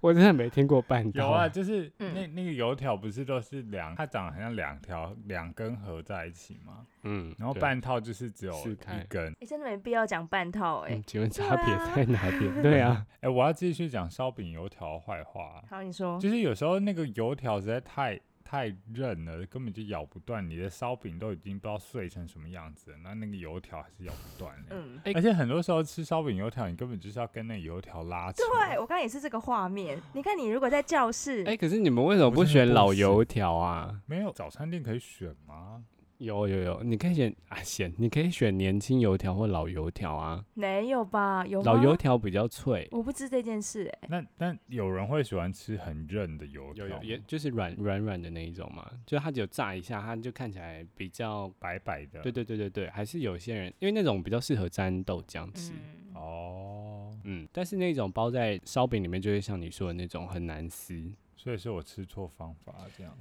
[SPEAKER 2] 我真的没听过半套。
[SPEAKER 1] 有啊，就是
[SPEAKER 4] 嗯
[SPEAKER 1] 那那个油条不是都是两，它长得很像两条两根合在一起吗？
[SPEAKER 2] 嗯，
[SPEAKER 1] 然后
[SPEAKER 2] 对。
[SPEAKER 1] 半套就是只有
[SPEAKER 2] 四开
[SPEAKER 1] 一根。
[SPEAKER 4] 哎、真的没必要讲半套哎、
[SPEAKER 2] 嗯，请问
[SPEAKER 4] 对
[SPEAKER 2] 差别
[SPEAKER 4] 啊
[SPEAKER 2] 在哪 边？对啊，
[SPEAKER 1] 哎，我要继续讲烧饼油条的坏话啊，
[SPEAKER 4] 好，你
[SPEAKER 3] 哦
[SPEAKER 4] 说
[SPEAKER 1] 就是有时候那个油条实在太太韧了，根本就咬不断。你的烧饼都已经不知道碎成什么样子了，那那个油条还是咬不断的。
[SPEAKER 4] 嗯，
[SPEAKER 2] 哎
[SPEAKER 1] 而且很多时候吃烧饼油条，你根本就是要跟那个油条拉扯。
[SPEAKER 4] 对我刚才也是这个画面。你看，你如果在教室，
[SPEAKER 2] 哎、可是你们为什么
[SPEAKER 1] 我
[SPEAKER 2] 不
[SPEAKER 1] 真的
[SPEAKER 2] 选
[SPEAKER 1] 不
[SPEAKER 2] 老
[SPEAKER 1] 行
[SPEAKER 2] 油条啊？
[SPEAKER 1] 没有早餐店可以选吗？
[SPEAKER 2] 有有有，你可以选啊选，你可以选年轻油条或老油条啊。
[SPEAKER 4] 没有吧？有吗
[SPEAKER 2] 老油，条比较脆，
[SPEAKER 4] 我不知这件事哎、
[SPEAKER 1] 那那有人会喜欢吃很韧的油条
[SPEAKER 2] 有
[SPEAKER 1] 吗，
[SPEAKER 2] 有也就是软软软的那一种嘛，就它只有炸一下，它就看起来比较
[SPEAKER 1] 白白的。
[SPEAKER 2] 对对啊对对对，还是有些人因为那种比较适合沾豆浆吃，
[SPEAKER 4] 嗯，
[SPEAKER 1] 哦，
[SPEAKER 2] 嗯但是那种包在烧饼里面，就会像你说的那种很难撕，
[SPEAKER 1] 所以是我吃错方法这样。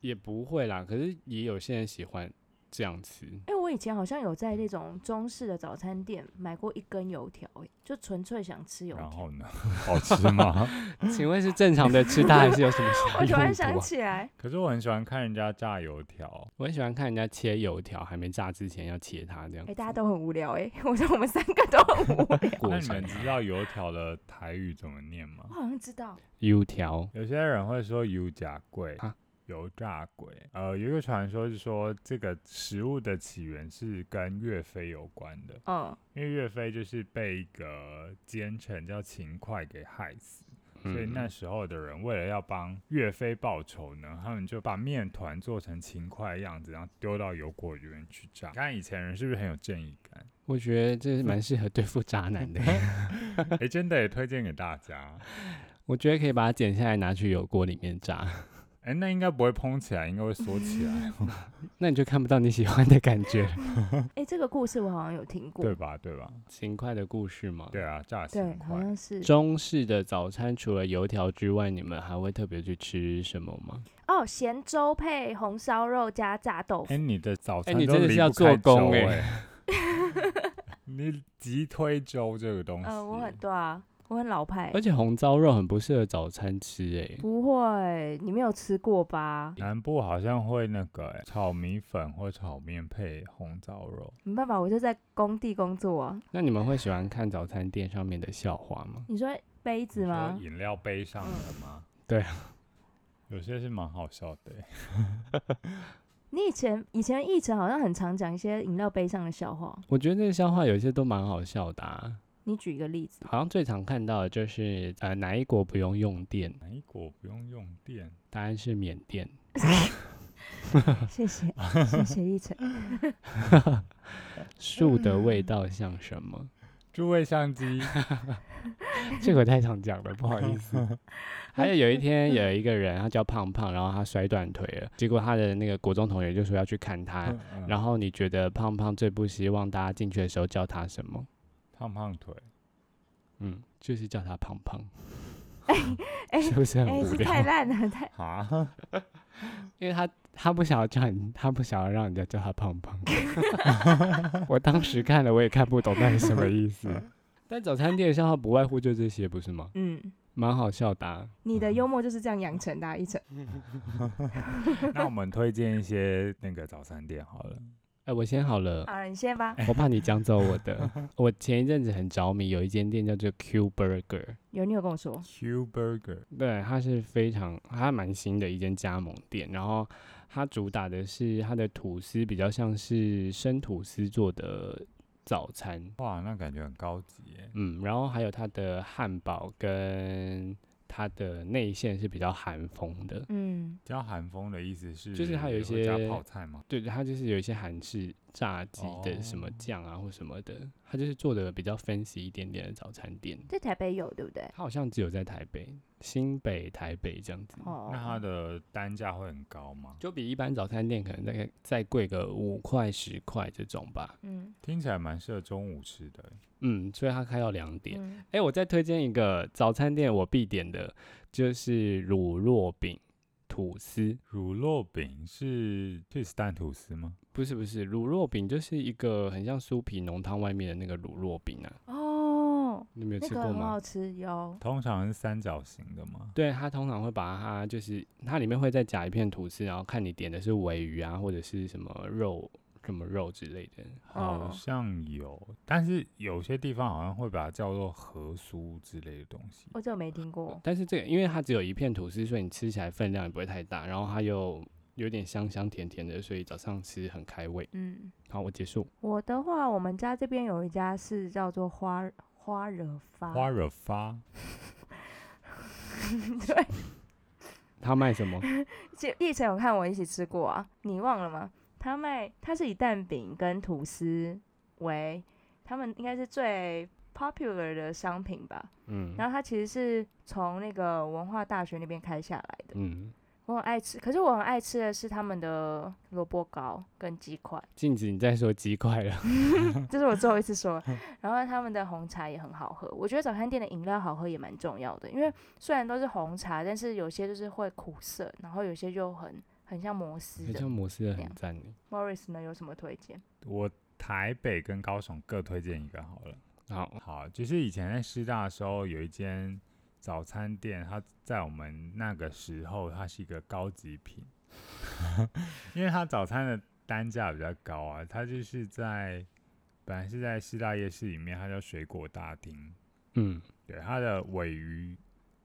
[SPEAKER 2] 也不会啦。可是也有些人喜欢这样吃，
[SPEAKER 3] 哎、我以前好像有在那种中式的早餐店买过一根油条、欸，就纯粹想吃油
[SPEAKER 1] 然
[SPEAKER 3] 条。
[SPEAKER 1] 后 呢？好吃吗？
[SPEAKER 2] 请问是正常的吃它，还是有什么
[SPEAKER 4] 我突
[SPEAKER 2] 其他
[SPEAKER 4] 然
[SPEAKER 2] 用
[SPEAKER 4] 想
[SPEAKER 2] 途啊？
[SPEAKER 4] 起 来，
[SPEAKER 1] 可是我很喜欢看人家炸油条。
[SPEAKER 2] 我很喜欢看人家切油条，还没炸之前要切它这样
[SPEAKER 4] 哎、，大家都很无聊哎、 我觉得我们三个都很无聊。
[SPEAKER 1] 哦那
[SPEAKER 2] 过
[SPEAKER 1] 啊你
[SPEAKER 2] 程
[SPEAKER 1] 们知道油条的台语怎么念吗
[SPEAKER 4] 我？好像知道，
[SPEAKER 2] 油条
[SPEAKER 1] 有些人会说油炸鬼
[SPEAKER 2] 啊、
[SPEAKER 1] 油炸鬼。呃，有一个传说是说，这个食物的起源是跟岳飞有关的，
[SPEAKER 4] 嗯，
[SPEAKER 1] 因为岳飞就是被一个奸臣叫秦桧给害死，
[SPEAKER 2] 嗯
[SPEAKER 1] 所以那时候的人为了要帮岳飞报仇呢，他们就把面团做成勤快的样子，然后丢到油果园去炸。你看以前人是不是很有正义感？
[SPEAKER 2] 我觉得这是蛮适合对付渣 男的。
[SPEAKER 1] 哎、真的也推荐给大家。
[SPEAKER 2] 我觉得可以把它剪下来拿去油锅里面炸，
[SPEAKER 1] 哎、那应该不会蓬起来，应该会缩起
[SPEAKER 3] 嗯
[SPEAKER 1] 来，
[SPEAKER 2] 那你就看不到你喜欢的感觉了。
[SPEAKER 3] 哎，这个故事我好像有听 过，
[SPEAKER 1] 对吧？对吧？
[SPEAKER 2] 勤快的故事嘛。
[SPEAKER 1] 对啊，炸
[SPEAKER 3] 对
[SPEAKER 1] 勤，
[SPEAKER 3] 好
[SPEAKER 1] 快。
[SPEAKER 3] 像是
[SPEAKER 2] 中式的早餐除了油条之外，你们还会特别去吃什么吗？
[SPEAKER 3] 哦，咸粥配红烧肉加炸豆
[SPEAKER 1] 哎、
[SPEAKER 3] 腐。
[SPEAKER 1] 你的早餐
[SPEAKER 2] 你
[SPEAKER 1] 都
[SPEAKER 2] 真的
[SPEAKER 1] 离
[SPEAKER 2] 是要
[SPEAKER 1] 不开
[SPEAKER 2] 做工
[SPEAKER 1] 粥
[SPEAKER 2] 哎
[SPEAKER 1] 哎你急推粥这个东西，
[SPEAKER 3] 呃，我很对啊，我很老派
[SPEAKER 2] 而，且红烧肉很不适合早餐吃欸诶、
[SPEAKER 3] 不会，你没有吃过吧？
[SPEAKER 1] 南部好像会那个、哎炒米粉或炒面配红烧肉。
[SPEAKER 3] 没办法，我就在工地工作啊。
[SPEAKER 2] 那你们会喜欢看早餐店上面的笑话吗？
[SPEAKER 3] 你说杯子
[SPEAKER 1] 你说
[SPEAKER 3] 吗？
[SPEAKER 1] 饮料杯上的吗？
[SPEAKER 2] 对
[SPEAKER 1] 啊，有些是蛮好笑的、欸。
[SPEAKER 3] 你以前以前议程好像很常讲一些饮料杯上的笑话，
[SPEAKER 2] 我觉得这个笑话有一些都蛮好笑的、啊，
[SPEAKER 3] 你举一个 例子。
[SPEAKER 2] 好像最常看到的就是呃哪一国不用用电？
[SPEAKER 1] 哪一国不用用电？
[SPEAKER 2] 答案是缅甸。
[SPEAKER 3] 谢谢，谢谢议程。
[SPEAKER 2] 树的
[SPEAKER 3] 嗯
[SPEAKER 2] 味道像什 么？
[SPEAKER 1] 诸位相机，
[SPEAKER 2] 这个太常讲 了，不 好意思。还有有一天有一个人，他叫胖胖，然后他摔断腿了，结果他的那个国中同学就说要去看
[SPEAKER 3] 嗯
[SPEAKER 2] 他。
[SPEAKER 1] 然
[SPEAKER 2] 然后你觉得胖胖最不希望大家进去的时候叫他什么？
[SPEAKER 1] 胖胖腿，
[SPEAKER 2] 嗯，就是叫他胖 胖。
[SPEAKER 3] 哎
[SPEAKER 2] 是不是很
[SPEAKER 3] 哎、
[SPEAKER 2] 无
[SPEAKER 3] 是
[SPEAKER 2] 聊？
[SPEAKER 3] 太烂了，太
[SPEAKER 1] 哈，
[SPEAKER 2] 因为他他不想要叫你，他不想要让人家叫他胖胖。我当时看了，我也看不懂那是什么意思。但早餐店的笑话不外乎就这些，不是吗？
[SPEAKER 3] 嗯，
[SPEAKER 2] 蛮好笑的、啊。
[SPEAKER 3] 你的幽默就是这样养成的、啊，议程。
[SPEAKER 1] 那我们推荐一些那个早餐店好了。
[SPEAKER 2] 哎，我先好 了，
[SPEAKER 3] 好了，你先吧。
[SPEAKER 2] 我怕你讲走我的。我前一阵子很着迷，有一间店叫做 Q Burger，
[SPEAKER 3] 有你有跟我说，
[SPEAKER 1] Q Burger，
[SPEAKER 2] 对，它是非常它蛮新的一间加盟店，然后它主打的是它的吐司比较像是生吐司做的早餐，
[SPEAKER 1] 哇，那感觉很高级欸耶。
[SPEAKER 2] 嗯，然后还有它的汉堡跟它的内馅是比较韩风的，
[SPEAKER 3] 嗯，
[SPEAKER 1] 叫韩风的意思是，
[SPEAKER 2] 就是它有一些
[SPEAKER 1] 加泡菜吗？
[SPEAKER 2] 对，它就是有一些韩式炸鸡的什么
[SPEAKER 1] 哦
[SPEAKER 2] 酱啊或什么的，它就是做的比较 fancy 一点点的早餐店。
[SPEAKER 3] 在台北有对不对？
[SPEAKER 2] 它好像只有在台北、新北、台北这样子，
[SPEAKER 3] 哦
[SPEAKER 1] 嗯那，它的单价会很高吗？
[SPEAKER 2] 就比一般早餐店可能大概再贵个五块、十块这种吧。
[SPEAKER 3] 嗯
[SPEAKER 1] 听起来蛮适合中午吃的耶。欸
[SPEAKER 2] 嗯，所以它开到两点。哎、
[SPEAKER 3] 嗯，
[SPEAKER 2] 我再推荐一个早餐店我必点的，就是乳酪饼吐司。
[SPEAKER 1] 乳酪饼是 cheese 蛋吐司吗？
[SPEAKER 2] 不是不是，乳酪饼就是一个很像酥皮浓汤外面的那个乳酪饼啊，
[SPEAKER 3] 哦，
[SPEAKER 2] 你没有
[SPEAKER 3] 那
[SPEAKER 2] 吃
[SPEAKER 3] 个
[SPEAKER 2] 过
[SPEAKER 3] 很
[SPEAKER 2] 吗？
[SPEAKER 3] 好吃，有。
[SPEAKER 1] 通常是三角形的吗？
[SPEAKER 2] 对，它通常会把它就是它里面会再夹一片吐司，然后看你点的是尾鱼啊，或者是什么肉什么肉之类的。
[SPEAKER 1] 好
[SPEAKER 3] 哦
[SPEAKER 1] 像有，但是有些地方好像会把它叫做河酥之类的东西。
[SPEAKER 3] 我这我没听过，
[SPEAKER 2] 但是这个因为它只有一片吐司，所以你吃起来分量也不会太大，然后它又有点香香甜甜的，所以早上吃很开胃。
[SPEAKER 3] 嗯，
[SPEAKER 2] 好，我结束。
[SPEAKER 3] 我的话，我们家这边有一家是叫做花花惹发，
[SPEAKER 1] 花惹发，
[SPEAKER 3] 对，
[SPEAKER 2] 他卖 什么？
[SPEAKER 3] 就一晨有看我一起吃过啊，你忘了吗？他卖他是以蛋饼跟吐司为他们应该是最 popular 的商品吧。
[SPEAKER 2] 嗯
[SPEAKER 3] 然后它其实是从那个文化大学那边开下来的。
[SPEAKER 2] 嗯，
[SPEAKER 3] 我很爱吃，可是我很爱吃的是他们的萝卜糕跟鸡块，
[SPEAKER 2] 镜子，你再说鸡块了。
[SPEAKER 3] 这是我最后一次说
[SPEAKER 2] 嗯
[SPEAKER 3] 了。然后他们的红茶也很好喝，我觉得早餐店的饮料好喝也蛮重要的，因为虽然都是红茶，但是有些就是会苦涩，然后有些就很很像摩斯
[SPEAKER 2] 这
[SPEAKER 3] 的
[SPEAKER 2] 叫。摩斯的
[SPEAKER 3] 这
[SPEAKER 2] 很
[SPEAKER 3] 样
[SPEAKER 2] 赞耶
[SPEAKER 3] Morris 呢有什么推荐？
[SPEAKER 1] 我台北跟高雄各推荐一个好了。
[SPEAKER 2] 好，
[SPEAKER 1] 好，就是以前在师大的时候，有一间早餐店，它在我们那个时候，它是一个高级品， 因为它早餐的单价比较高啊。它就是在本来是在师大夜市里面，它叫水果大厅。
[SPEAKER 2] 嗯
[SPEAKER 1] 对，它的尾鱼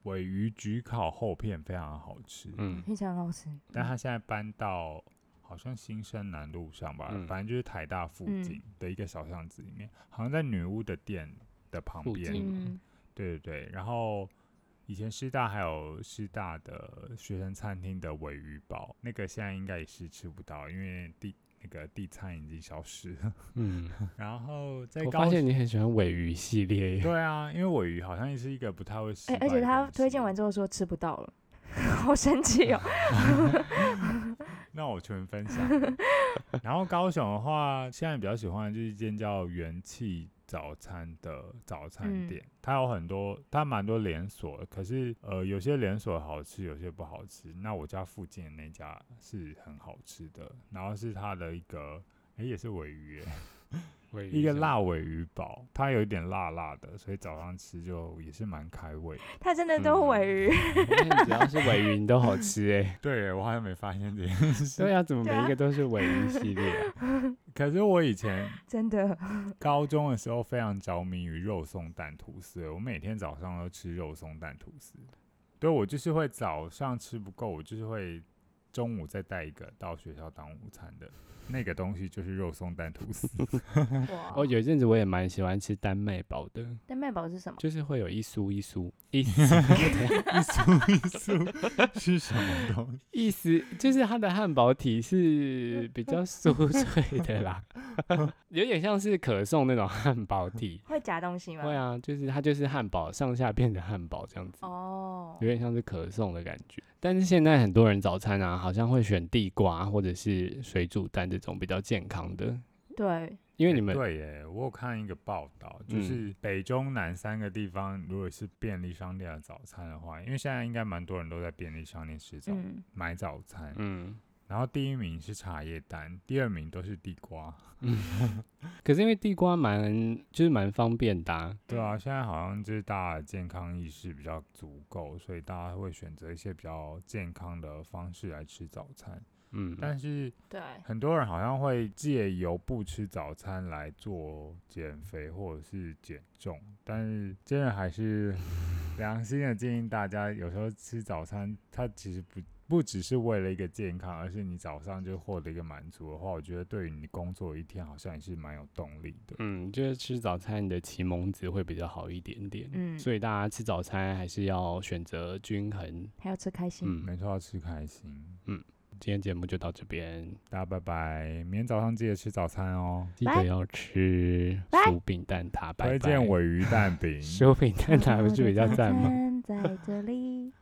[SPEAKER 1] 尾鱼焗烤厚片非常好吃，
[SPEAKER 2] 嗯。
[SPEAKER 3] 非常好吃，
[SPEAKER 1] 但它现在搬到好像新生南路上吧，
[SPEAKER 2] 嗯
[SPEAKER 1] 反正就是台大附
[SPEAKER 3] 嗯
[SPEAKER 1] 近的一个小巷子里面，好像在女巫的店的旁
[SPEAKER 2] 附
[SPEAKER 1] 边。
[SPEAKER 2] 近
[SPEAKER 3] 嗯，
[SPEAKER 1] 对对对，然后以前师大还有师大的学生餐厅的尾鱼堡，那个现在应该也是吃不到，因为地那个地餐已经消失了。
[SPEAKER 2] 嗯，
[SPEAKER 1] 然后在
[SPEAKER 2] 我
[SPEAKER 1] 高
[SPEAKER 2] 发
[SPEAKER 1] 雄
[SPEAKER 2] 现你很喜欢尾鱼系列耶，
[SPEAKER 1] 对啊，因为尾鱼好像也是一个不太会失
[SPEAKER 3] 哎、
[SPEAKER 1] 败的
[SPEAKER 3] 而
[SPEAKER 1] 东西。
[SPEAKER 3] 且他推荐完之后说吃不到了， 好生气
[SPEAKER 2] 嗯
[SPEAKER 3] 哦。
[SPEAKER 1] 那我全分享。 然后高雄的话，现在比较喜欢的就是一间叫元气早餐的早餐
[SPEAKER 3] 嗯
[SPEAKER 1] 店，它有很多，它蛮多连锁的，可是呃，有些连锁好吃，有些不好吃。那我家附近的那家是很好吃的，然后是它的一个。哎，也是尾 鱼耶，
[SPEAKER 2] 尾鱼
[SPEAKER 1] 一个
[SPEAKER 2] 酱
[SPEAKER 1] 辣尾鱼堡，它有一点辣辣的，所以早上吃就也是蛮开胃的。
[SPEAKER 3] 他真的 都
[SPEAKER 2] 嗯
[SPEAKER 3] 尾鱼，
[SPEAKER 2] 那只要是尾鱼，你都好吃 哎。
[SPEAKER 1] 对，我好像没发现这件 事。
[SPEAKER 2] 对啊，怎么
[SPEAKER 3] 对
[SPEAKER 2] 每一
[SPEAKER 3] 啊
[SPEAKER 2] 个都是尾鱼系列 啊？
[SPEAKER 1] 可是我以前
[SPEAKER 3] 真的。
[SPEAKER 1] 高中的时候非常着迷于肉松蛋吐司，我每天早上都吃肉松蛋吐司。对，我就是会早上吃不够，我就是会中午再带一个到学校当午餐的 那个东西，就是肉松蛋吐司。
[SPEAKER 3] 哇
[SPEAKER 2] 哦，有一阵子我也蛮喜欢吃丹麦包的，
[SPEAKER 3] 但麦堡是什么？
[SPEAKER 2] 就是会有一酥一酥 一丝
[SPEAKER 1] 一酥一酥 是什么东西？
[SPEAKER 2] 一丝，就是它的汉堡体是比较酥脆的啦， 有点像是可颂那种汉堡体。
[SPEAKER 3] 会夹东西吗？
[SPEAKER 2] 会啊，就是它就是汉堡上下变成汉堡这样子，
[SPEAKER 3] 哦
[SPEAKER 2] 有，点像是可颂的感觉。但是现在很多人早餐啊，好像会选地瓜或者是水煮蛋这种比较健康的，
[SPEAKER 3] 对，
[SPEAKER 2] 因为你
[SPEAKER 1] 哎
[SPEAKER 2] 们
[SPEAKER 1] 对耶，我有看一个报道，就
[SPEAKER 2] 嗯
[SPEAKER 1] 是北中南三个地方，如果是便利商店的早餐的话，因为现在应该蛮多人都在便利商店吃早、
[SPEAKER 3] 嗯，
[SPEAKER 1] 买早餐，
[SPEAKER 2] 嗯。
[SPEAKER 1] 然后第一名是茶叶蛋，第二名都是地瓜。
[SPEAKER 2] 可是因为地瓜蛮就是蛮方便的、啊，
[SPEAKER 1] 对啊，现在好像就是大家的健康意识比较足够，所以大家会选择一些比较健康的方式来吃早餐。
[SPEAKER 2] 嗯，
[SPEAKER 1] 但是
[SPEAKER 3] 对，
[SPEAKER 1] 很多人好像会借由不吃早餐来做减肥或者是减重，但是真的还是 良心的建议大家，有时候吃早餐，它其实不不只是为了一个健康，而是你早上就获得一个满足的话，我觉得对于你工作一天好像也是蛮有动力的。
[SPEAKER 2] 嗯，就是吃早餐你的启蒙值会比较好一点点，
[SPEAKER 3] 嗯，
[SPEAKER 2] 所以大家吃早餐还是要选择均衡。
[SPEAKER 3] 还要吃开心。
[SPEAKER 2] 嗯，
[SPEAKER 1] 没错，要吃开心。
[SPEAKER 2] 今天节目就到这边，
[SPEAKER 1] 大家拜拜，明天早上记得吃早餐哦。
[SPEAKER 2] 记得
[SPEAKER 3] 拜
[SPEAKER 2] 要吃
[SPEAKER 3] 拜
[SPEAKER 2] 薯饼蛋挞，拜
[SPEAKER 1] 推荐
[SPEAKER 2] 拜
[SPEAKER 1] 尾鱼蛋饼。
[SPEAKER 2] 薯饼蛋挞不是比较赞吗？
[SPEAKER 3] 在这里。